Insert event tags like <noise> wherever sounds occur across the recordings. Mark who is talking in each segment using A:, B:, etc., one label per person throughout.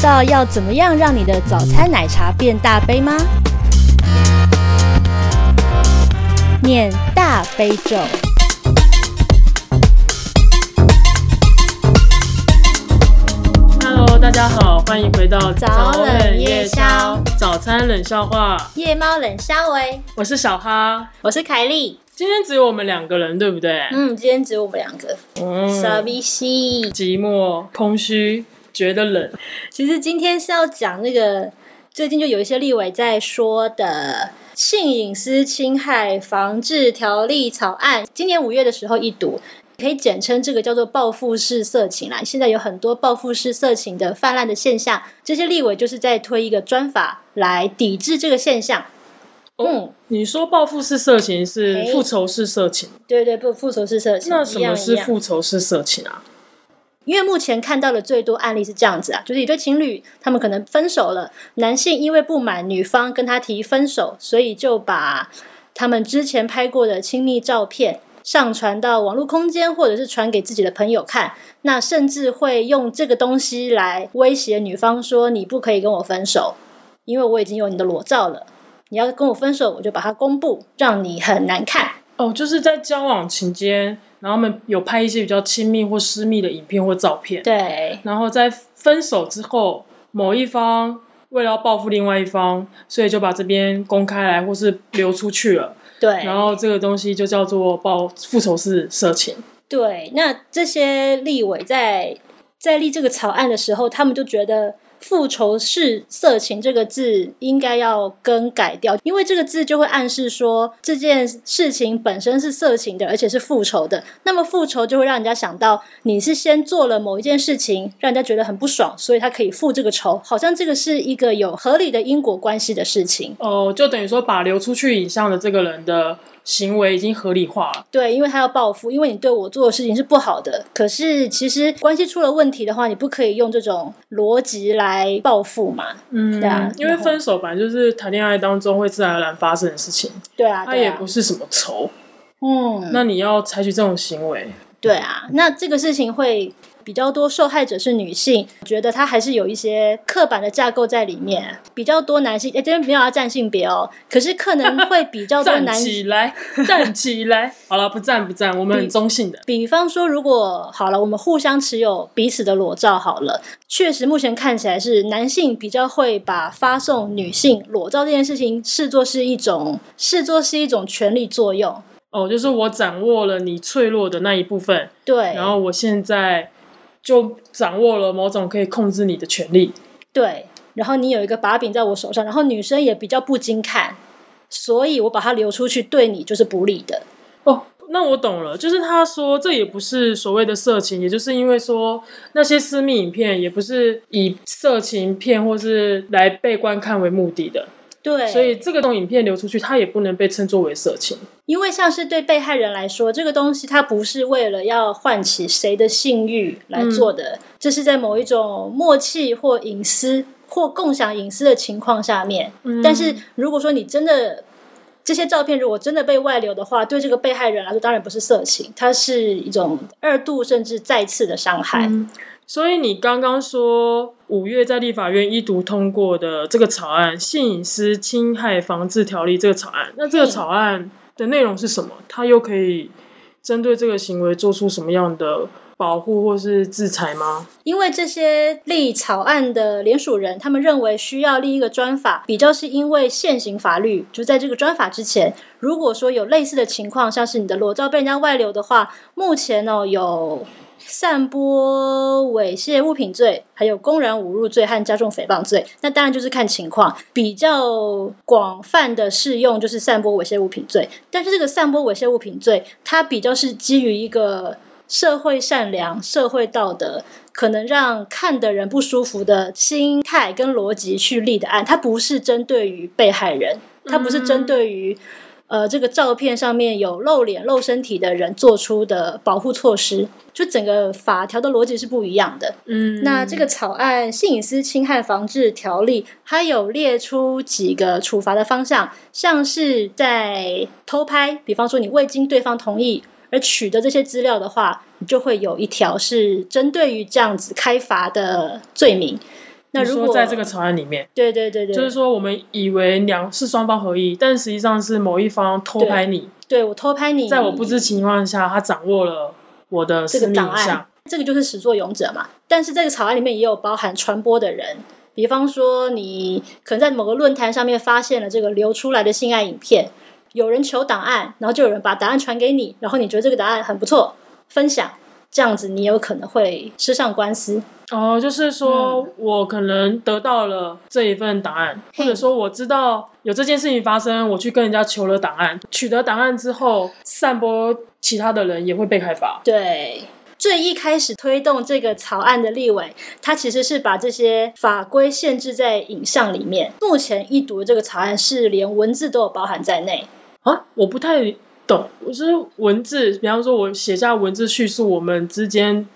A: 道要怎么样让你的早餐奶茶变大杯吗？念大悲咒。
B: Hello，大家好，欢迎回到
C: 早冷夜宵
B: 早餐冷笑话，
C: 夜猫冷肖维，
B: 我是小哈。
C: 我是凯莉。
B: 今天只有我们两个人，对不对？
C: 嗯，今天只有我们两个。傻
B: 嗯，
C: 逼西。
B: 寂寞、空虚，觉得冷。
C: 其实今天是要讲那个最近就有一些立委在说的性隐私侵害防治条例草案，今年五月的时候一读。可以简称这个叫做报复式色情啦。现在有很多报复式色情的泛滥的现象，这些立委就是在推一个专法来抵制这个现象。
B: 哦
C: 嗯，
B: 你说报复式色情是
C: 哎
B: 复仇式色情，
C: 对对，不复仇式色情。
B: 那什
C: 一样
B: 么
C: 一
B: 是
C: 样
B: 复仇式色情啊？
C: 因为目前看到的最多案例是这样子啊，就是一对情侣，他们可能分手了，男性因为不满女方跟他提分手，所以就把他们之前拍过的亲密照片上传到网络空间，或者是传给自己的朋友看，那甚至会用这个东西来威胁女方说：“你不可以跟我分手，因为我已经有你的裸照了，你要跟我分手，我就把它公布，让你很难看。”
B: 哦，就是在交往期间，然后他们有拍一些比较亲密或私密的影片或照片，
C: 对，
B: 然后在分手之后，某一方为了要报复另外一方，所以就把这边公开来或是流出去了，
C: 对，
B: 然后这个东西就叫做报复仇式色情。
C: 对，那这些立委在在立这个草案的时候，他们就觉得“复仇式色情”这个字应该要更改掉，因为这个字就会暗示说这件事情本身是色情的，而且是复仇的。那么复仇就会让人家想到你是先做了某一件事情，让人家觉得很不爽，所以他可以复这个仇，好像这个是一个有合理的因果关系的事情。
B: 哦、就等于说把流出去影像的这个人的行为已经合理化了。
C: 对，因为他要报复，因为你对我做的事情是不好的。可是其实关系出了问题的话，你不可以用这种逻辑来报复嘛？
B: 嗯，
C: 对啊
B: 因为
C: 然后
B: 分手本来就是谈恋爱当中会自然而然发生的事情，
C: 对啊，
B: 它
C: 对
B: 也
C: 啊
B: 不，是什么仇。
C: 嗯，
B: 那你要采取这种行为，
C: 对啊，那这个事情会比较多，受害者是女性，觉得她还是有一些刻板的架构在里面，比较多男性。哎，这边没有要占性别哦，可是可能会比较
B: <laughs>
C: 多
B: 站
C: 男 <laughs>
B: 起来，站起来。好了，不站不站，我们很中性的。
C: 比方说，如果好了，我们互相持有彼此的裸照好了，确实目前看起来是男性比较会把发送女性裸照这件事情视作是一种视作是一种权力作用。
B: 哦，就是我掌握了你脆弱的那一部分，
C: 对
B: 然后我现在就掌握了某种可以控制你的权利。
C: 对，然后你有一个把柄在我手上，然后女生也比较不经看，所以我把它流出去，对你就是不利的。
B: 哦，那我懂了，就是他说这也不是所谓的色情，也就是因为说那些私密影片也不是以色情片或是来被观看为目的的，
C: 对，
B: 所以这个种影片流出去，它也不能被称作为色情。
C: 因为像是对被害人来说，这个东西它不是为了要唤起谁的性欲来做的，这是在某一种默契或隐私或共享隐私的情况下面。但是如果说你真的这些照片如果真的被外流的话，对这个被害人来说当然不是色情，它是一种二度甚至再次的伤害。
B: 嗯所以你刚刚说五月在立法院一读通过的这个草案《性隐私侵害防治条例》这个草案，那这个
C: 嗯
B: 草案的内容是什么？它又可以针对这个行为做出什么样的保护或是制裁吗？
C: 因为这些立草案的联署人，他们认为需要立一个专法，比较是因为现行法律就在这个专法之前，如果说有类似的情况，像是你的裸照被人家外流的话，目前呢、有散播猥亵物品罪，还有公然侮辱罪和加重诽谤罪。那当然就是看情况，比较广泛的适用就是散播猥亵物品罪。但是这个散播猥亵物品罪，它比较是基于一个社会善良、社会道德，可能让看的人不舒服的心态跟逻辑去立的案，它不是针对于被害人，它不是针对于。呃，这个照片上面有露脸、露身体的人做出的保护措施，就整个法条的逻辑是不一样的。
B: 嗯
C: 那这个草案《性隐私侵害防治条例》它有列出几个处罚的方向，像是在偷拍，比方说你未经对方同意而取得这些资料的话，你就会有一条是针对于这样子开罚的罪名。那
B: 你
C: 如
B: 说
C: 果
B: 在这个草案里面，
C: 对对对对，
B: 就是说我们以为两是双方合意，但实际上是某一方偷拍你，
C: 对我偷拍你，
B: 在我不知情况下，他掌握了我的
C: 这
B: 私
C: 个
B: 密
C: 档
B: 影
C: 案
B: 像。，
C: 这个就是始作俑者嘛。但是这个草案里面也有包含传播的人，比方说你可能在某个论坛上面发现了这个流出来的性爱影片，有人求档案，然后就有人把答案传给你，然后你觉得这个答案很不错，分享。这样子，你有可能会吃上官司。
B: 哦，就是说
C: 嗯
B: 我可能得到了这一份档案，
C: 嘿
B: 或者说我知道有这件事情发生，我去跟人家求了档案，取得档案之后，散播其他的人也会被开罚。
C: 对，最一开始推动这个草案的立委，他其实是把这些法规限制在影像里面。目前一读的这个草案是连文字都有包含在内。
B: 啊，我不太懂，就是文字，比方说我写下文字叙述我们之间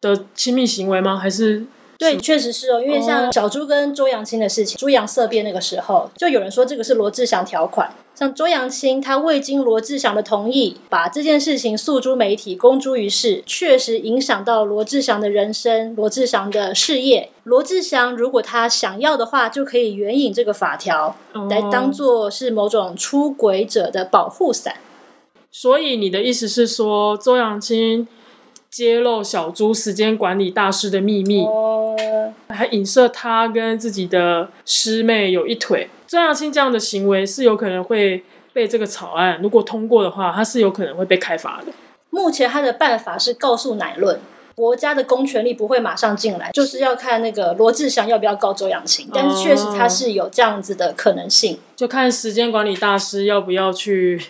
B: 的亲密行为吗？还是
C: 对，确实是哦，因为像小猪跟周扬青的事情，猪羊色变那个时候，就有人说这个是罗志祥条款。像周扬青，他未经罗志祥的同意，把这件事情诉诸媒体，公诸于世，确实影响到罗志祥的人生、罗志祥的事业。罗志祥如果他想要的话，就可以援引这个法条来当、
B: 哦
C: 做是某种出轨者的保护伞。
B: 所以你的意思是说，周扬青揭露小猪时间管理大师的秘密？
C: 哦，
B: 还影射他跟自己的师妹有一腿。周扬青这样的行为是有可能会被这个草案如果通过的话，他是有可能会被开罚的。
C: 目前他的办法是告诉乃论，国家的公权力不会马上进来，就是要看那个罗志祥要不要告周扬青。
B: 哦
C: 但是确实他是有这样子的可能性，
B: 就看时间管理大师要不要去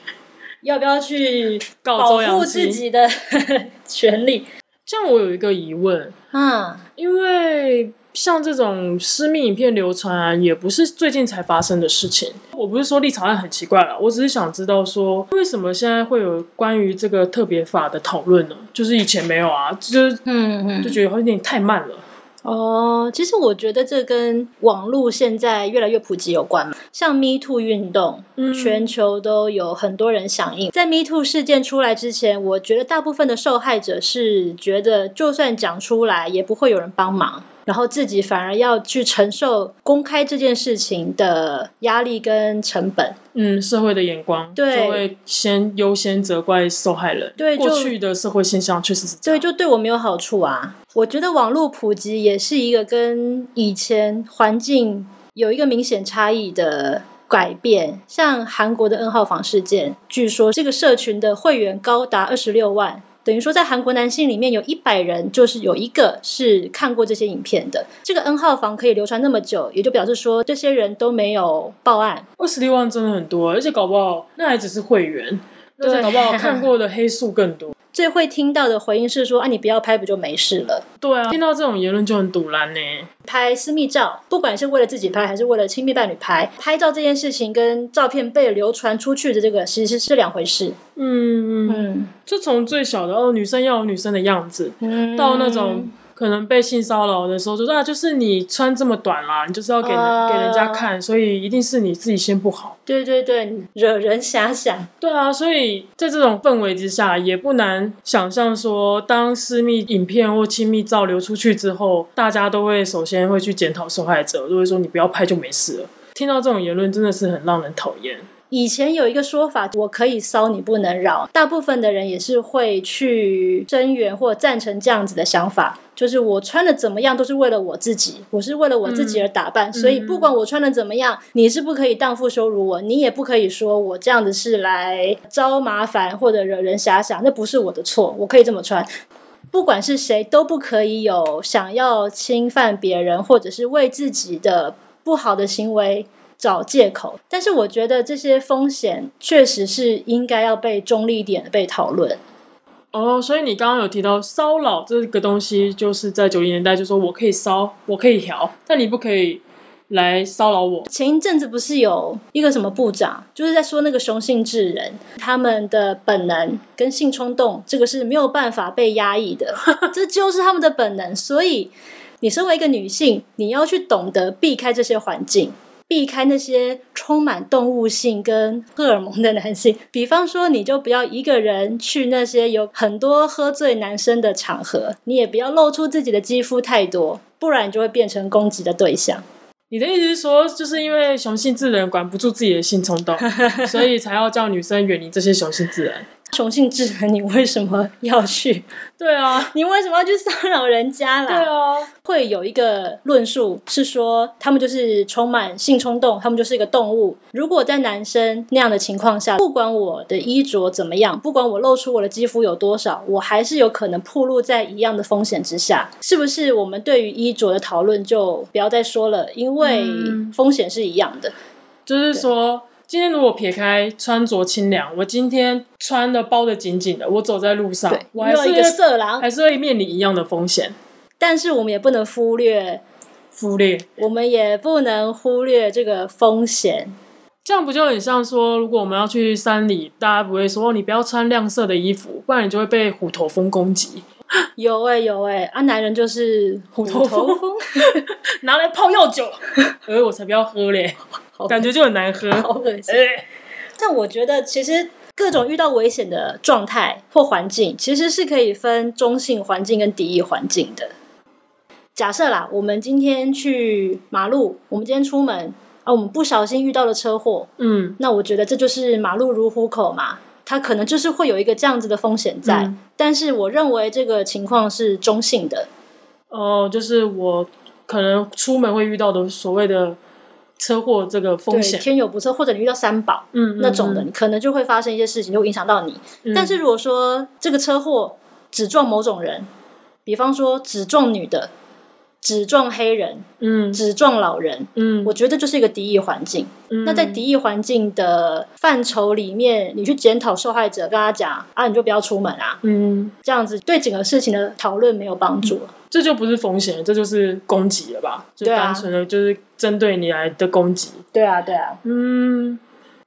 C: 要不要去
B: 告
C: 保
B: 周扬
C: 护自
B: 青。
C: 己的 <laughs> 权利？
B: 这样我有一个疑问，
C: 啊，
B: 因为像这种私密影片流传、啊也不是最近才发生的事情。我不是说立草案很奇怪了，我只是想知道说，为什么现在会有关于这个特别法的讨论呢？就是以前没有啊，就是
C: 嗯
B: 就
C: 嗯，
B: 觉得有点太慢了。
C: 哦，其实我觉得这跟网络现在越来越普及有关嘛，像 Me Too 运动，
B: 嗯
C: 全球都有很多人响应。在 Me Too 事件出来之前，我觉得大部分的受害者是觉得，就算讲出来，也不会有人帮忙，然后自己反而要去承受公开这件事情的压力跟成本。
B: 嗯，社会的眼光
C: 对
B: 就会先优先责怪受害人。
C: 对就
B: 过去的社会现象确实是这
C: 对，
B: 样。
C: 就对我没有好处啊。我觉得网络普及也是一个跟以前环境有一个明显差异的改变。像韩国的 N 号房事件，据说这个社群的会员高达二十六万。等于说，在韩国男性里面有一百人，就是有一个是看过这些影片的。这个 N 号房可以流传那么久，也就表示说，这些人都没有报案。
B: 二十六万真的很多，而且搞不好那还只是会员，
C: 对
B: 那搞
C: <laughs>
B: 不好看过的黑数更多。
C: 最会听到的回应是说：“啊，你不要拍，不就没事了？”
B: 对啊，听到这种言论就很堵然呢。
C: 拍私密照，不管是为了自己拍还是为了亲密伴侣拍，拍照这件事情跟照片被流传出去的这个其实是两回事。
B: 嗯，
C: 嗯
B: 就从最小的哦，女生要有女生的样子，
C: 嗯
B: 到那种可能被性骚扰的时候，就是啊，就是你穿这么短啦，你就是要给人、
C: 啊
B: 给人家看，所以一定是你自己先不好。
C: 对对对，惹人遐想。
B: 对啊，所以在这种氛围之下，也不难想象说，当私密影片或亲密照流出去之后，大家都会首先会去检讨受害者，都会说你不要拍就没事了。听到这种言论真的是很让人讨厌。
C: 以前有一个说法，我可以骚你不能扰，大部分的人也是会去声援或赞成这样子的想法，就是我穿的怎么样都是为了我自己，我是为了我自己而打扮，所以不管我穿的怎么样，你是不可以荡妇羞辱我，你也不可以说我这样子是来招麻烦或者惹人遐想，那不是我的错，我可以这么穿。不管是谁都不可以有想要侵犯别人或者是为自己的不好的行为找借口。但是我觉得这些风险确实是应该要被中立一点的被讨论。
B: 哦，所以你刚刚有提到骚扰这个东西，就是在九零年代就说我可以骚，我可以调，但你不可以来骚扰我。
C: 前一阵子不是有一个什么部长，就是在说那个雄性智人，他们的本能跟性冲动，这个是没有办法被压抑的，这就是他们的本能。所以，你身为一个女性，你要去懂得避开这些环境。避开那些充满动物性跟荷尔蒙的男性， <laughs> 比方说，你就不要一个人去那些有很多喝醉男生的场合，你也不要露出自己的肌肤太多，不然你就会变成攻击的对象。
B: 你的意思是说，就是因为雄性自人管不住自己的性冲动，所以才要叫女生远离这些雄性自人？
C: 雄性智能，你为什么要去？ <laughs>
B: 对啊，
C: 你为什么要去骚扰人家
B: 对
C: 啦？
B: 啊，
C: 会有一个论述是说，他们就是充满性冲动，他们就是一个动物。如果在男生那样的情况下，不管我的衣着怎么样，不管我露出我的肌肤有多少，我还是有可能暴露在一样的风险之下。是不是？我们对于衣着的讨论就不要再说了，因为
B: 嗯
C: 风险是一样的。
B: 就是说，今天如果撇开穿着清凉，我今天穿的包的紧紧的，我走在路上
C: 对，，
B: 我
C: 没
B: 还
C: 有
B: 是
C: 一个色狼，
B: 还是会面临一样的风险，
C: 但是我们也不能忽略，
B: 忽略。
C: 我们也不能忽略这个风险。
B: 这样不就很像说，如果我们要去山里，大家不会说、哦你不要穿亮色的衣服，不然你就会被虎头蜂
C: <laughs>
B: 攻击，
C: 有哎、有哎、啊，男人就是虎
B: 头蜂
C: 蜂
B: 拿来泡药酒，呃，我才不要喝嘞，
C: <laughs> 好
B: 感觉就很难喝。
C: 好恶心。
B: 哎，
C: <laughs> 但我觉得其实各种遇到危险的状态或环境，其实是可以分中性环境跟敌意环境的。假设啦，我们今天去马路，我们今天出门啊，我们不小心遇到了车祸，
B: <laughs> 嗯，
C: 那我觉得这就是马路如虎口嘛，它可能就是会有一个这样子的风险在。
B: 嗯
C: 但是我认为这个情况是中性的，
B: 哦、就是我可能出门会遇到的所谓的车祸这个风
C: 对
B: 险，
C: 天有不测，或者你遇到三宝。
B: 嗯，嗯
C: 那种的，
B: 嗯
C: 你可能就会发生一些事情，就会影响到你。
B: 嗯
C: 但是如果说这个车祸只撞某种人，比方说只撞女的、只撞黑人、
B: 嗯
C: 只撞老人，
B: 嗯，
C: 我觉得就是一个敌意环境。
B: 嗯
C: 那在敌意环境的范畴里面，你去检讨受害者，跟他讲啊，你就不要出门啊，
B: 嗯，
C: 这样子对整个事情的讨论没有帮助。
B: 这就不是风险，这就是攻击了吧？就
C: 对啊
B: 单纯的就是针对你来的攻击，
C: 对啊，对啊。
B: 嗯，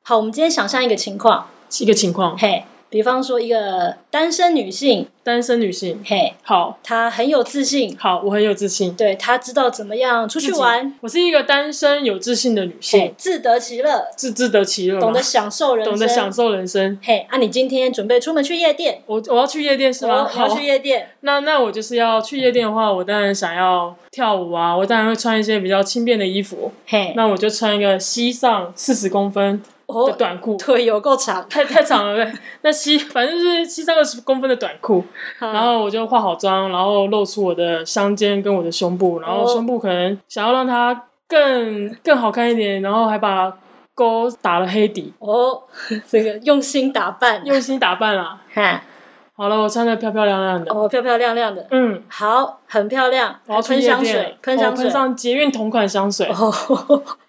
C: 好，我们今天想象一个情况，
B: 一个情况，
C: 嘿，比方说一个单身女性，
B: 单身女性，
C: 嘿，
B: 好
C: 她很有自信，
B: 好，我很有自信，
C: 对她知道怎么样出去
B: 自己
C: 玩，
B: 我是一个单身有自信的女
C: 嘿
B: 性，，
C: 自得其乐，
B: 自自得其乐嘛，
C: 懂得享受人生，
B: 懂得享。受人生。
C: 嘿，啊，你今天准备出门去夜店？
B: 我我要去夜店是吗？
C: 我要
B: 啊好
C: 去夜店，
B: 那那我就是要去夜店的话，我当然想要跳舞啊，我当然会穿一些比较轻便的衣服。
C: 嘿，
B: 那我就穿一个膝上四十公分的
C: 哦，
B: 短裤，
C: 腿有够长，
B: 太太长了呗。那膝反正就是膝上二十公分的短裤，然
C: 然
B: 后我就化 <laughs> 好妆，然后露出我的香肩跟我的胸部，然后
C: 哦
B: 胸部可能想要让它更更好看一点，然后还把勾打了黑底，
C: 哦，这个用心打扮，
B: 用心打扮啦。
C: 哈，
B: 好了，我穿的漂漂亮亮的，
C: 哦，漂漂亮亮的，
B: 嗯，
C: 好，很漂亮，
B: 我要去
C: 喷
B: 夜
C: 香
B: 店
C: 水
B: 了，，
C: 喷
B: 我
C: 香水
B: 喷，上捷运同款香水，
C: 哦，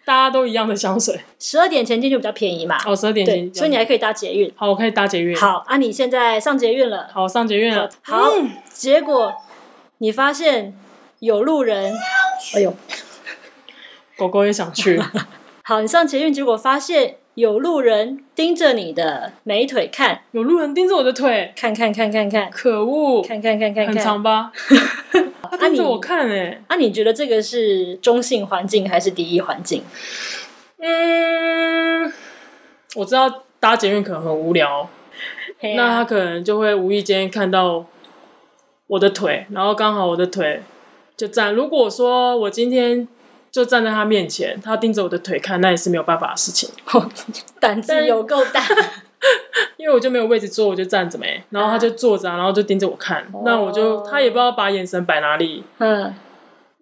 B: 大家都一样的香水。
C: 十二点前进就比较便宜嘛，
B: 哦，十二点
C: 对，
B: 前，
C: 所以你还可以搭捷运。
B: 好，我可以搭捷运。，
C: 好，啊，你现在上捷运了，
B: 好，上捷运了。
C: 好，
B: 嗯
C: 结果你发现有路人，哎呦，
B: 狗狗也想
C: <laughs>
B: 去，
C: 好，你上捷运，结果发现有路人盯着你的美腿看，
B: 有路人盯着我的腿，
C: 看看看看看，
B: 可恶，
C: 看看看看
B: 很
C: 看。
B: 长
C: <laughs>
B: 吧？他盯着我看哎、
C: 啊，你觉得这个是中性环境还是敌意环境？
B: 嗯，我知道搭捷运可能很无聊，
C: 嘿啊
B: 那他可能就会无意间看到我的腿，然后刚好我的腿就站。如果说我今天就站在他面前，他盯着我的腿看，那也是没有办法的事情，
C: 胆子有够
B: <laughs>
C: 大，
B: 因为我就没有位置坐，我就站着没。然后他就坐着啊、然后就盯着我看，
C: 哦
B: 那我就他也不知道把眼神摆哪里，
C: 嗯，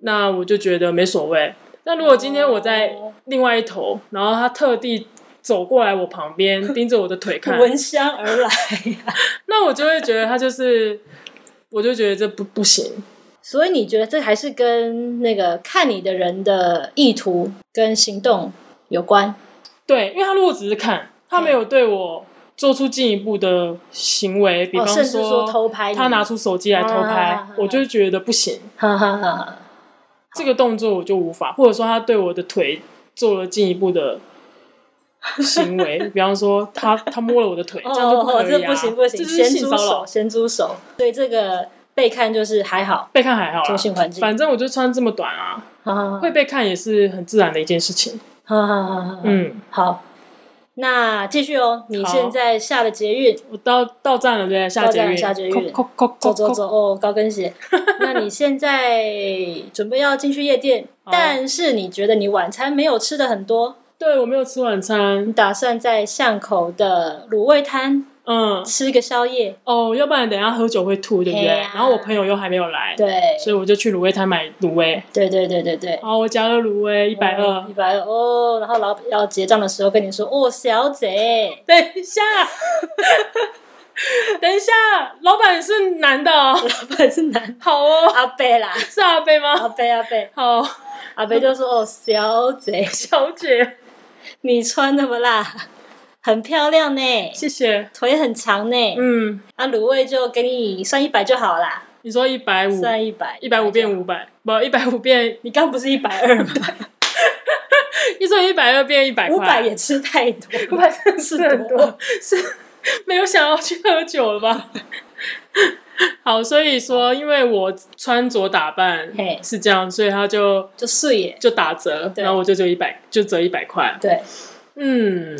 B: 那我就觉得没所谓。但如果今天我在
C: 哦
B: 另外一头，然后他特地走过来我
C: <laughs>
B: 旁边，盯着我的腿看，
C: 闻香而来。啊
B: 那我就会觉得他就是，我就觉得这不不行。
C: 所以你觉得这还是跟那个看你的人的意图跟行动有关？哦
B: 对，因为他如果只是看，他没有对我做出进一步的行为，比
C: 哦，
B: 方
C: 甚至说偷拍你，
B: 他拿出手机来偷
C: 啊
B: 拍
C: 啊啊啊，
B: 我就觉得不行，
C: <laughs> 哈哈哈哈。
B: 这个动作我就无法，或者说他对我的腿做了进一步的。行
C: <laughs>
B: 为，比方说他他摸了我的腿，这样就不可以啊！
C: 哦这不行不行，
B: 这就是
C: 咸
B: 性
C: 猪
B: 骚
C: 手，
B: 扰。
C: 咸猪手。所以这个被看就是还好，
B: 被看还好
C: 中
B: 啦，
C: 性环嗯境。
B: 反正我就穿这么短啊，
C: 哈哈哈
B: 会被看也是很自然的一件事情。
C: 哈哈哈哈。，
B: 嗯，
C: 好。那继续哦，你
B: 好
C: 现在下了捷运，
B: 我到到站了，对不对，下
C: 到
B: 捷
C: 站
B: 运，
C: 下捷运
B: 叩叩叩叩
C: 走走
B: 叩
C: 走哦，高跟
B: <laughs>
C: 鞋。那你现在准备要进去夜店，
B: 好
C: 但是你觉得你晚餐没有吃的很多，
B: 对我没有吃晚餐
C: 你，打算在巷口的卤味摊
B: 嗯，
C: 吃个宵夜？
B: 哦，要不然等一下喝酒会吐，对不对？
C: 哎呀
B: 然后我朋友又还没有来，
C: 对，
B: 所以我就去卤味摊买卤味。
C: 对对对对对。
B: 然后我加了卤味一百二
C: 一，百二哦，然后老要结账的时候跟你说哦，小姐，
B: 等一下， <laughs> 等一下，老板是男的、哦，
C: 老板是男
B: 好哦，
C: 阿贝啦，
B: 是阿贝吗？
C: 阿贝阿贝，
B: 好，
C: 阿贝就说哦，小姐，
B: 小姐，
C: 你穿那么辣，很漂亮呢，
B: 谢谢。
C: 腿很长呢，
B: 嗯，
C: 啊，卤味就给你算一百就好啦，
B: 你说一百五，
C: 算一百，
B: 一百五变
C: 五。
B: 五百，不，一百五变，
C: 你刚不是一百二
B: <laughs>
C: 吗？
B: 一说一百二变一百块，
C: 五百也吃太多，
B: 五百真的
C: 是
B: 是很
C: 多
B: 多， <laughs> 是没有想要去喝酒了吧？ <laughs> 好，所以说，因为我穿着打扮
C: 嘿
B: 是这样，所以他就
C: 就碎耶。
B: 就打折，
C: 对
B: 然后我就就一百就折一百块。
C: 对，
B: 嗯，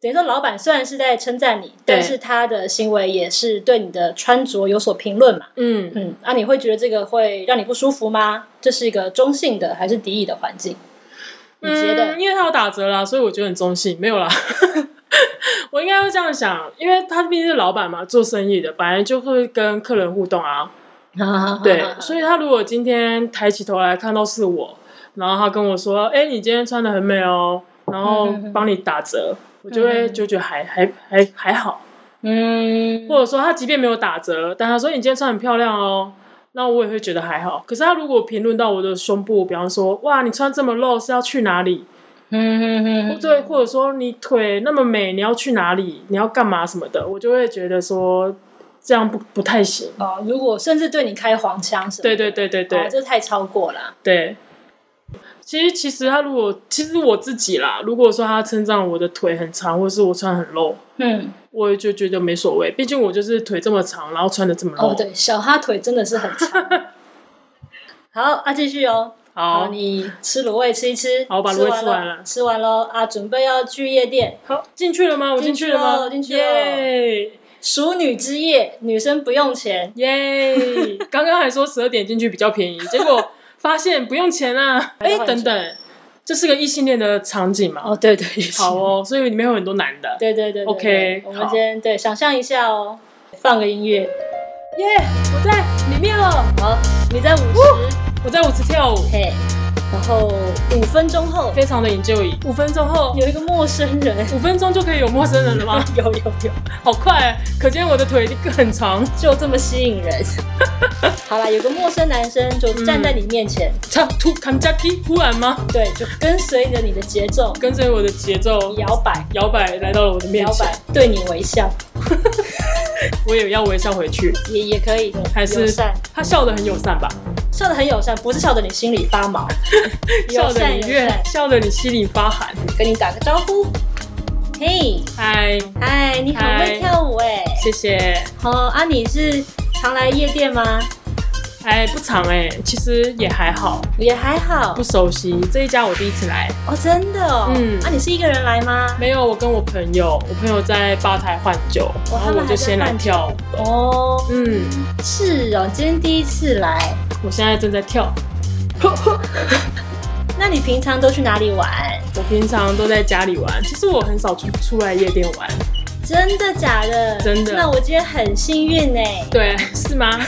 C: 等于说老板虽然是在称赞你，但是他的行为也是对你的穿着有所评论嘛。
B: 嗯，
C: 嗯，那、你会觉得这个会让你不舒服吗？这是一个中性的还是敌意的环
B: <laughs>
C: 境？你觉得？
B: 嗯因为他有打折啦，所以我觉得很中性，没有啦。 <laughs> 我应该会这样想，因为他毕竟是老板嘛，做生意的，本来就会跟客人互动啊。
C: 嗯
B: 对，所
C: 以
B: 以他如果今天抬起头来看到是我，然后他跟我说：“哎、你今天穿的很美哦。”然后
C: 嗯
B: 帮你打折，我就会就觉得还还还还好。
C: 嗯，
B: 或者说他即便没有打折，但他说你今天穿很漂亮哦，那我也会觉得还好。可是他如果评论到我的胸部，比方说：“哇，你穿这么露是要去哪里？”
C: 嗯嗯
B: 对，或者说你腿那么美，你要去哪里？你要干嘛什么的？我就会觉得说这样不不太行。
C: 哦，如果甚至对你开黄腔什么
B: 对
C: 的，
B: 对对对对，
C: 哦，这太超过了。
B: 对，其实其实他如果其实我自己啦，如果说他称赞我的腿很长，或是我穿很露，
C: 嗯，
B: 我也就觉得没所谓，毕竟我就是腿这么长，然后穿的这么露。
C: 哦，对，小哈腿真的是很长。
B: <laughs>
C: 好，啊，继续哦。好，
B: 好，
C: 你吃卤味吃一吃，
B: 好我把
C: 吃
B: 卤味
C: 完
B: 吃
C: 了
B: 完了
C: 吃完喽啊，准备要去夜店，
B: 好，进去了吗？我
C: 进
B: 去
C: 去
B: 了吗？
C: 了进去
B: 耶
C: 熟女之夜，女生不用钱，
B: 耶！刚刚还说十二点进去比较便宜，结果发现不用钱
C: <laughs>
B: 啊！哎、
C: 换
B: 等等，这是个异性恋的场景嘛？
C: 哦，对对，也是
B: 好，哦，所以里面有很多男的。
C: 对对对对对
B: OK，
C: 我们
B: 好
C: 今天对想象一下哦，放个音乐，
B: 耶我在里面了，
C: 好，你在五十，
B: 我在舞池跳舞，
C: 嘿，然后五分钟后
B: 非常的 enjoy。五分钟后，
C: 有一个陌生
B: <laughs>
C: 人，
B: 五分钟就可以有陌生人了吗？
C: <laughs> 有有有，
B: 好快、啊可见我的腿很长，
C: 就这么吸引
B: <laughs>
C: 人。好啦，有个陌生男生就站在你面前，
B: 他突砍加踢，忽然吗？
C: 对，就跟随着你的节奏
B: 跟随我的节奏
C: 摇摆。
B: 摇摆来到了我的面
C: 摇
B: 前
C: 摆，对你微笑，
B: 我也要微笑回去，
C: 也也可以，
B: 还
C: 友
B: 是
C: 善，
B: 他笑得很友善吧？
C: 笑得很友善，不是笑得你心里发毛，
B: <laughs> 笑
C: 友
B: 得
C: 善
B: 你
C: 友
B: 越
C: 善，
B: 笑得你心里发寒。
C: 跟你打个招呼。嘿，
B: 嗨，
C: 嗨，你很会
B: 嗨
C: 跳舞哎、
B: 谢谢。
C: 哦，啊，你是常来夜店吗？
B: 哎，不长哎、其实也还好，
C: 也还好
B: 不，熟悉这一家我第一次来。
C: 哦，真的哦。
B: 嗯
C: 啊，你是一个人来吗？
B: 没有，我跟我朋友，我朋友在吧台换酒，
C: 哦
B: 然
C: 他
B: 后
C: 们
B: 我
C: 还
B: 就
C: 在
B: 先来
C: 换酒
B: 跳舞了。
C: 哦，
B: 嗯，
C: 是哦，今天第一次来。
B: 我现在正在跳。
C: 那你平常都去哪里玩？
B: 我平常都在家里玩，其实我很少出出来夜店玩。
C: 真的假的？
B: 真的
C: 那我今天很幸运呢。
B: 对，是吗？
C: <laughs>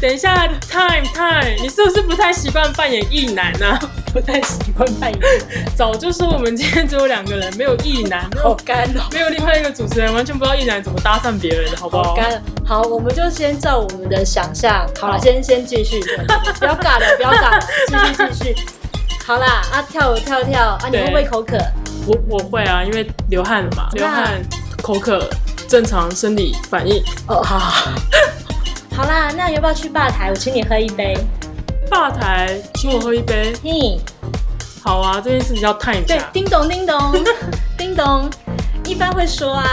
B: 等一下，time time，你是不是不太习惯扮演异男呢、啊？ <laughs>
C: 不太喜欢扮演，
B: 早就说我们今天只有两个人，没有异男，没
C: <laughs> 好
B: 有
C: 干哦。
B: 没有另外一个主持人，完全不知道异男怎么搭讪别人的，好不
C: 好
B: 好？
C: 干，哦好，我们就先照我们的想象。好了，先先继 <laughs> 续，不要尬了，不要尬了，继 <laughs> 续继续。好啦，啊，跳舞跳跳啊，你会
B: 对
C: 不会口渴？
B: 我我会啊，因为流汗了嘛，
C: 那
B: 流汗口渴，正常生理反应。
C: 哦，好。好啦，那要不要去吧台？我请你喝一杯。
B: 吧台请我喝一杯，
C: 嘿，
B: 好啊，这件事情要 time 一
C: 对
B: 下，。
C: 叮咚 <laughs> 叮咚叮咚，一般会说啊，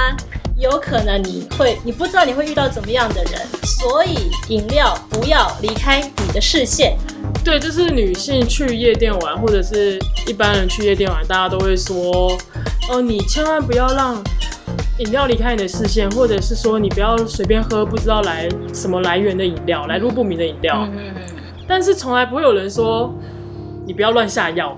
C: 有可能你会，你不知道你会遇到怎么样的人，所以饮料不要离开你的视线。
B: 对，就是女性去夜店玩，或者是一般人去夜店玩，大家都会说，哦，你千万不要让饮料离开你的视线，或者是说你不要随便喝不知道来什么来源的饮料，来路不明的饮料。
C: 嗯嗯
B: 但是从来不会有人说，你不要乱
C: <laughs>
B: 下药，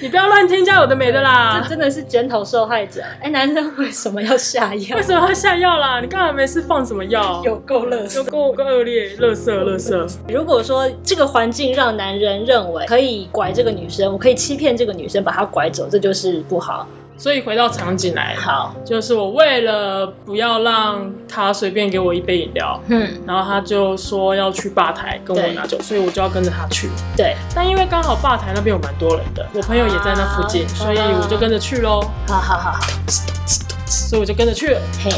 B: 你不要乱添加有的没的啦
C: 这。真的是检讨受害者。哎、男生为什么要下药
B: 为？什么要下药啦？你干嘛没事放什么药？
C: <laughs> 有够乐色
B: 有。够恶劣，乐色乐色。
C: 如果说这个环境让男人认为可以拐这个女生，我可以欺骗这个女生把她拐走，这就是不好。
B: 所以回到场景来，
C: 好，
B: 就是我为了不要让他随便给我一杯饮料，
C: 嗯，
B: 然后他就说要去吧台跟我拿酒，所以我就要跟着他去。
C: 对，
B: 但因为刚好吧台那边有蛮多人的，我朋友也在那附近，
C: 啊
B: 所以我就跟着去喽。
C: 好好好好，
B: 所以我就跟着去了。
C: 嘿，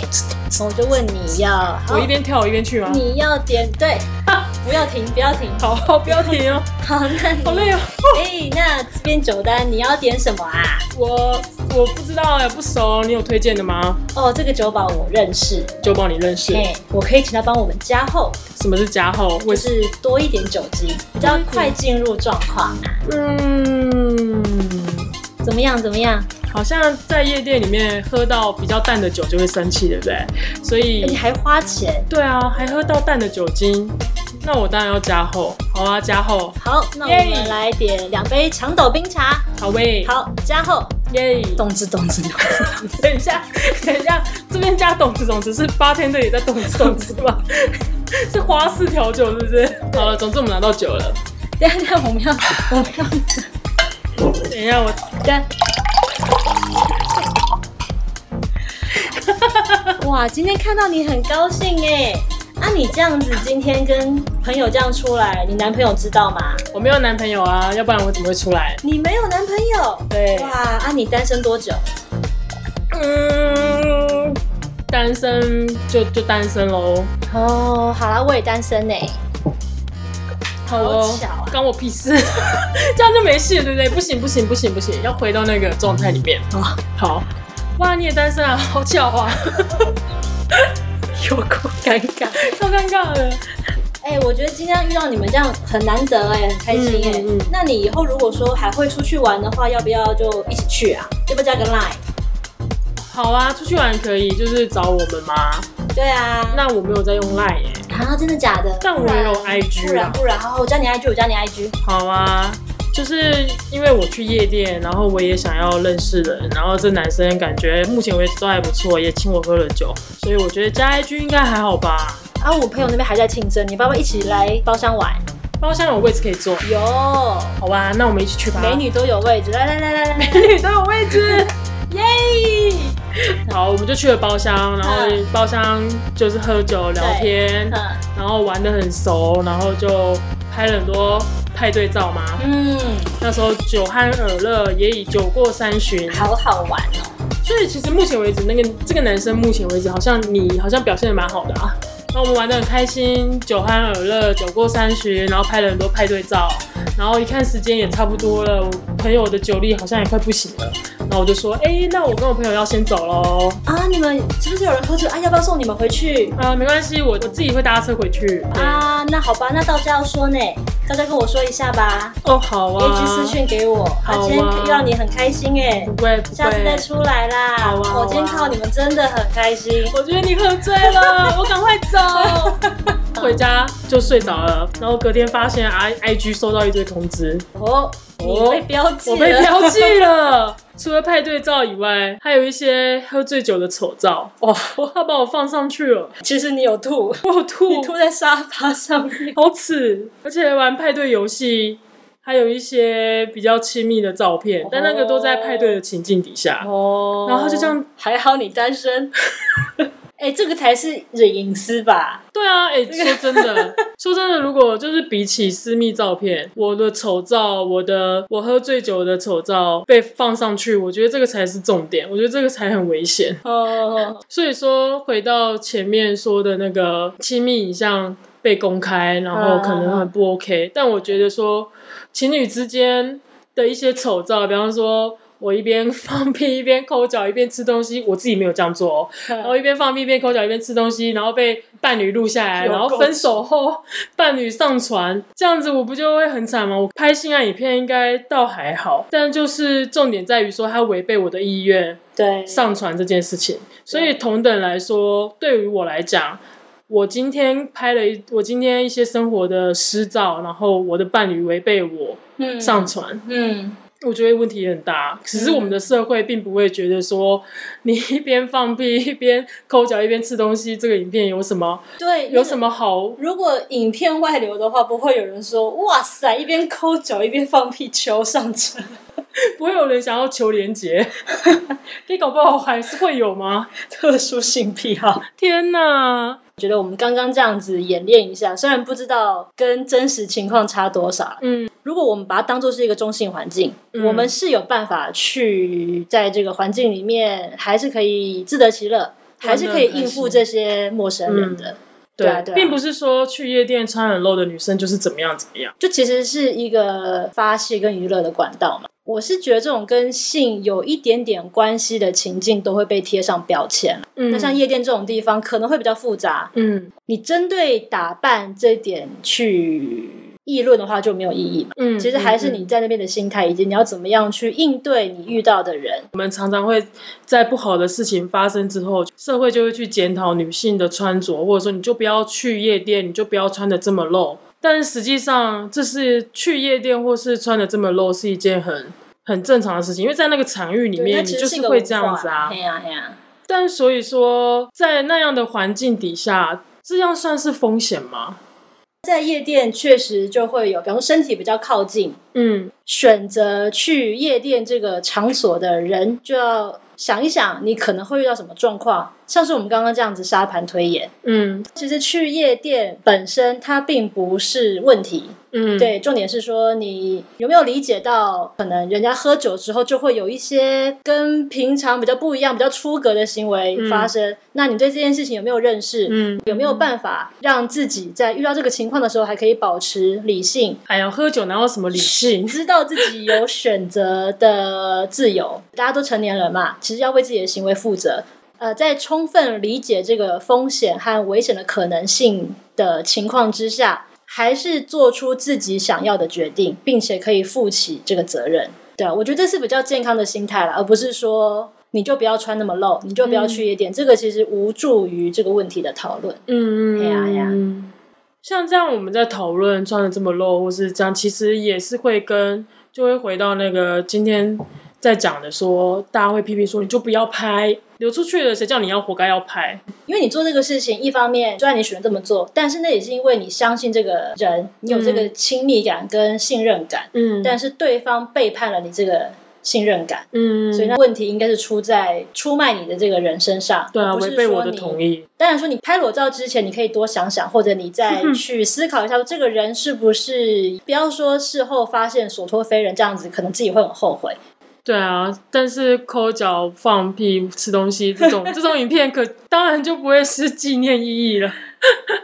C: 我就问你要，好
B: 我一边跳舞一边去吗？
C: 你要点对，不要停，不要停。
B: 好，不要停哦，
C: 好，那
B: 好
C: 你
B: 累哦。
C: 哎、那这边酒单你要点什么啊？
B: 我我不知道哎，不熟，你有推荐的吗？
C: 哦，这个酒保我认识，
B: 就帮你认识。
C: 哎、我可以请他帮我们加厚，
B: 什么是加厚？
C: 就
B: 我是
C: 是多一点酒精，比较快进入状况。啊
B: 嗯，
C: 怎么样？怎么样？
B: 好像在夜店里面喝到比较淡的酒就会生气，对不对？所以
C: 哎你还花钱？
B: 对啊，还喝到淡的酒精，那我当然要加厚。好啊，加厚，
C: 好，那我
B: 耶
C: 们来点两杯长岛冰茶。
B: 好喂，
C: 好，加
B: <laughs>
C: 厚，
B: 耶。
C: 动之动之。
B: 等一下，等一下，这边加懂子懂子是八天的也在懂子懂子吗？ <laughs> 是花式调酒是不是？好了，总之我们拿到酒了。
C: <laughs> 等一下，我们要，我们要，
B: 等一下我，
C: <laughs> 等一下。哇，今天看到你很高兴哎。啊，你这样子今天跟朋友这样出来，你男朋友知道吗？
B: 我没有男朋友啊，要不然我怎么会出来？
C: 你没有男朋友？
B: 对
C: 哇，啊，你单身多久？
B: 嗯，单身就就单身喽。
C: 哦，好啦，我也单身呢。
B: 好哦
C: 好巧啊，
B: 关我屁事， <laughs> 这样就没事了，对不对？不行不行不行不行，要回到那个状态里面。
C: 哦，
B: 好，哇，你也单身啊， <laughs> 好巧啊，
C: <laughs> 有够尴尬。
B: 超尴尬的。
C: 哎、我觉得今天遇到你们这样很难得哎、很开心哎、
B: 嗯嗯嗯
C: 那你以后如果说还会出去玩的话，要不要就一起去啊？要不要加个 line？
B: 好啊，出去玩可以，就是找我们吗？
C: 对啊。
B: 那我没有在用 Line 耶、
C: 啊，真的假的？
B: 但我
C: 不然
B: 有 IG 啊
C: 不然不然，好，好我加你 IG，我加你 IG。
B: 好啊，就是因为我去夜店，然后我也想要认识人，然后这男生感觉目前为止都还不错，也请我喝了酒，所以我觉得加 IG 应该还好吧。
C: 啊，我朋友那边还在庆生，你爸爸一起来包厢玩？
B: 包厢有位置可以坐，
C: 有，
B: 好吧，那我们一起去吧。
C: 美女都有位置，来来来来来来，
B: <laughs> 美女都有位置。
C: 耶！
B: <laughs> 好，我们就去了包厢，然后
C: 嗯
B: 包厢就是喝酒聊天，
C: 嗯
B: 然后玩的很熟，然后就拍了很多派对照嘛。
C: 嗯，
B: 那时候酒酣耳热，也已酒过三巡，
C: 好好玩哦。
B: 所以其实目前为止，那个这个男生目前为止好像你好像表现的蛮好的啊。然后我们玩的很开心，酒酣耳热，酒过三巡，然后拍了很多派对照，然后一看时间也差不多了，我朋友的酒力好像也快不行了，然后我就说，哎、那我跟我朋友要先走喽。
C: 啊，你们是不是有人喝醉啊？要不要送你们回去？
B: 呃，没关系，我我自己会搭车回去。啊，
C: 啊，那好吧，那到家要说呢，到家跟我说一下吧。
B: 哦，好
C: A
B: 啊
C: G 私讯给我，啊
B: 好，啊
C: 今天遇到你很开心哎
B: 不，会不会，
C: 下次再出来啦。
B: 好啊好啊
C: 我今天看到你们真的很开心。
B: 我觉得你喝醉了，我赶快
C: <laughs>
B: 走。回家就睡着了，然后隔天发现 I I G 收到一堆通知，
C: 哦，你被标记
B: 我被
C: 了，
B: 标记了。 <laughs> 除了派对照以外，还有一些喝醉酒的丑照。哦，他把我放上去了，
C: 其实你有吐，
B: 我有
C: 你
B: 吐，
C: 吐在沙发上面。
B: 好耻！而且玩派对游戏，还有一些比较亲密的照片，但那个都在派对的情境底下。
C: 哦
B: 然后就这样，
C: 还好你单
B: <laughs>
C: 身。哎，这个才是隐私吧？
B: 对啊，哎、
C: <laughs>
B: 说真的，说真的，如果就是比起私密照片，我的丑照，我的我喝醉酒的丑照被放上去，我觉得这个才是重点，我觉得这个才很危险。
C: 哦，
B: 所以说，回到前面说的那个亲密影像被公开，然
C: 嗯
B: 后可能很不 OK、但我觉得说，情侣之间的一些丑照，比方说。我一边放屁哦
C: 嗯
B: 一边抠脚一边吃东西，我自己没有这样做哦。然后一边放屁一边抠脚一边吃东西，然后被伴侣录下来，
C: 有
B: 然后
C: 够
B: 分手后伴侣上传，这样子我不就会很惨吗？我拍性爱影片应该倒还好，但就是重点在于说他违背我的意愿
C: 对，
B: 上传这件事情，
C: 啊
B: 所以同等来说，对于我来讲。我今天拍了一，我今天一些生活的私照，然后我的伴侣违背我
C: 嗯
B: 上传，
C: 嗯
B: 我觉得问题也很大，只是我们的社会并不会觉得说你一边放屁一边抠脚一边吃东西，这个影片有什么
C: 对，
B: 有什？么好？
C: 如果影片外流的话，不会有人说“哇塞”，一边抠脚一边放屁求上车。
B: 不会有人想要求连结， <laughs> 你搞不好还是会有吗？
C: <laughs> 特殊性癖好，
B: 天哪，
C: 觉得我们刚刚这样子演练一下，虽然不知道跟真实情况差多少，
B: 嗯，
C: 如果我们把它当做是一个中性环境，
B: 嗯
C: 我们是有办法去在这个环境里面，还是可以自得其乐，还是可以应付这些陌生人的。对啊对啊
B: 嗯并不是说去夜店穿很露的女生就是怎么样怎么样。
C: 就其实是一个发泄跟娱乐的管道嘛。我是觉得这种跟性有一点点关系的情境都会被贴上标签。
B: 嗯，
C: 那像夜店这种地方可能会比较复杂，
B: 嗯
C: 你针对打扮这点去议论的话就没有意义嘛。
B: 嗯，
C: 其实还是
B: 嗯
C: 你在那边的心态，以及你要怎么样去应对你遇到的人。
B: 我们常常会在不好的事情发生之后，社会就会去检讨女性的穿着，或者说你就不要去夜店，你就不要穿的这么露。但实际上，这是去夜店或是穿的这么露是一件很很正常的事情，因为在那个场域里
C: 对那
B: 面，你
C: 其
B: 就
C: 实一
B: 是
C: 个
B: 会
C: 文
B: 这样
C: 化
B: 子啊
C: 嘿。呀嘿呀，
B: 但所以说，在那样的环境底下，这样算是风险吗？
C: 在夜店确实就会有，比方说身体比较靠近，
B: 嗯
C: 选择去夜店这个场所的人，就要想一想你可能会遇到什么状况。像是我们刚刚这样子沙盘推演，
B: 嗯
C: 其实去夜店本身它并不是问题，
B: 嗯，，
C: 对，重点是说你有没有理解到，可能人家喝酒之后就会有一些跟平常比较不一样、比较出格的行为发生。那你对这件事情有没有认识？
B: 嗯，
C: 有没有办法让自己在遇到这个情况的时候，还可以保持理性， <laughs>
B: 哎呀，喝酒哪有什么理性？
C: 知道自己有选择的自由？大家都成年人嘛，其实要为自己的行为负责。呃，在充分理解这个风险和危险的可能性的情况之下，还是做出自己想要的决定，并且可以负起这个责任。对啊，我觉得这是比较健康的心态啦，而不是说你就不要穿那么露，你就不要去夜店，这个其实无助于这个问题的讨论。
B: 嗯，
C: 嘿呀嘿呀
B: 嗯，像这样我们在讨论穿的这么露，或是这样，其实也是会跟就会回到那个今天在讲的说，大家会批评说你就不要拍，流出去了，谁叫你要活该要拍？
C: 因为你做这个事情，一方面虽然你选择这么做，但是那也是因为你相信这个人，你有这个亲密感跟信任感，
B: 嗯
C: 但是对方背叛了你这个信任感，
B: 嗯，
C: 所以那问题应该是出在出卖你的这个人身上，
B: 对啊，
C: 而不
B: 违
C: 是
B: 背我
C: 说
B: 的
C: 你。
B: 同意，
C: 当然说你拍裸照之前，你可以多想想，或者你再去思考一下，这个人是不是不要说事后发现所托非人这样子，可能自己会很后悔。
B: 对啊，但是抠脚、放屁、吃东西这 <laughs> 种这种影片可，当然就不会是纪念意义了，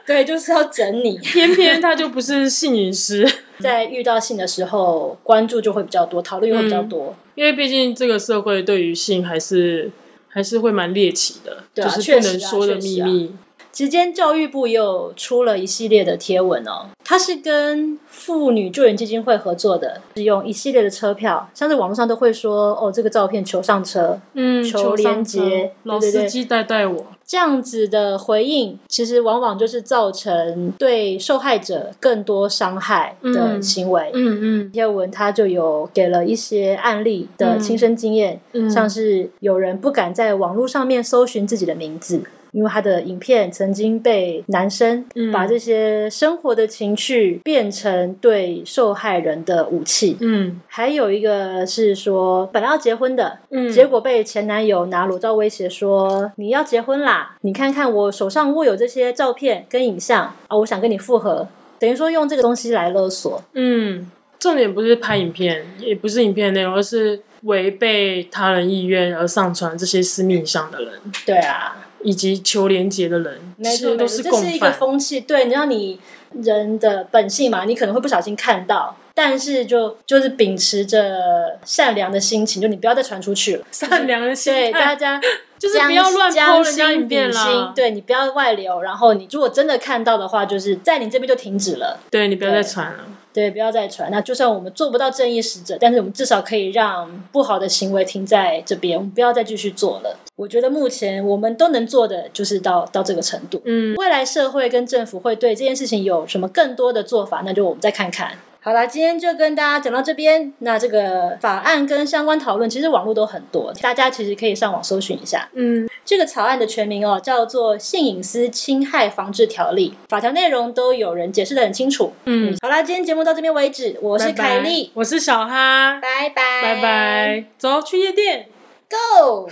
C: 对，就是要整你。
B: 偏偏它就不是性隐私。
C: 在遇到性的时候，关注就会比较多，讨论也会比
B: 嗯
C: 较多。
B: 因为毕竟这个社会对于性还是还是会蛮猎奇的，
C: 对啊
B: 就是
C: 确
B: 不
C: 实啊
B: 能说的秘密。
C: 其间教育部也有出了一系列的贴文哦，它是跟妇女救援基金会合作的，是用一系列的车票，像在网络上都会说哦，这个照片求上车
B: 嗯，
C: 求连
B: 上车
C: 结
B: 老
C: 对对
B: 司
C: 对
B: 机带带我。
C: 这样子的回应，其实往往就是造成对受害者更多伤害的行为。
B: 嗯嗯
C: 贴文它就有给了一些案例的亲身经验，
B: 嗯，
C: 像是有人不敢在网络上面搜寻自己的名字，因为他的影片曾经被男生
B: 嗯
C: 把这些生活的情绪变成对受害人的武器。
B: 嗯
C: 还有一个是说，本来要结婚的，
B: 嗯，
C: 结果被前男友拿裸照威胁说：“你要结婚啦，你看看我手上握有这些照片跟影像啊，我想跟你复合。”等于说用这个东西来勒索，
B: 嗯，重点不是拍影片，也不是影片内容，而是违背他人意愿而上传这些私密影像的人，
C: 对啊，
B: 以及求连结的人，
C: 没
B: 其
C: 错，
B: 实
C: 没
B: 都
C: 错，这
B: 共
C: 是一个
B: 犯。
C: 风气，对，你让你人的本性嘛，你可能会不小心看到，但是就就是秉持着善良的心情，就你不要再传出去了。
B: <laughs> 善良的心
C: 对，
B: 态，
C: 大家
B: <laughs> 就是
C: 将
B: 不要乱
C: 将
B: 抛人家
C: 心
B: 影片
C: 比心
B: 啦。
C: 对你不要外流。然后你如果真的看到的话，就是在你这边就停止了。
B: 对你不要
C: 对
B: 再传了。
C: 对，不要再传。那就算我们做不到正义使者，但是我们至少可以让不好的行为停在这边，我们不要再继续做了。我觉得目前我们都能做的就是到到这个程度。
B: 嗯，
C: 未来社会跟政府会对这件事情有什么更多的做法，那就我们再看看。好啦，今天就跟大家讲到这边。那这个法案跟相关讨论，其实网络都很多，大家其实可以上网搜寻一下。
B: 嗯，
C: 这个草案的全名哦叫做《性隐私侵害防治条例》，法条内容都有人解释的很清楚。
B: 嗯，
C: 好啦，今天节目到这边为止，我
B: 我
C: 是凯莉，
B: 我是小哈，
C: 拜拜，
B: 拜拜，走去夜店。
C: ，Go。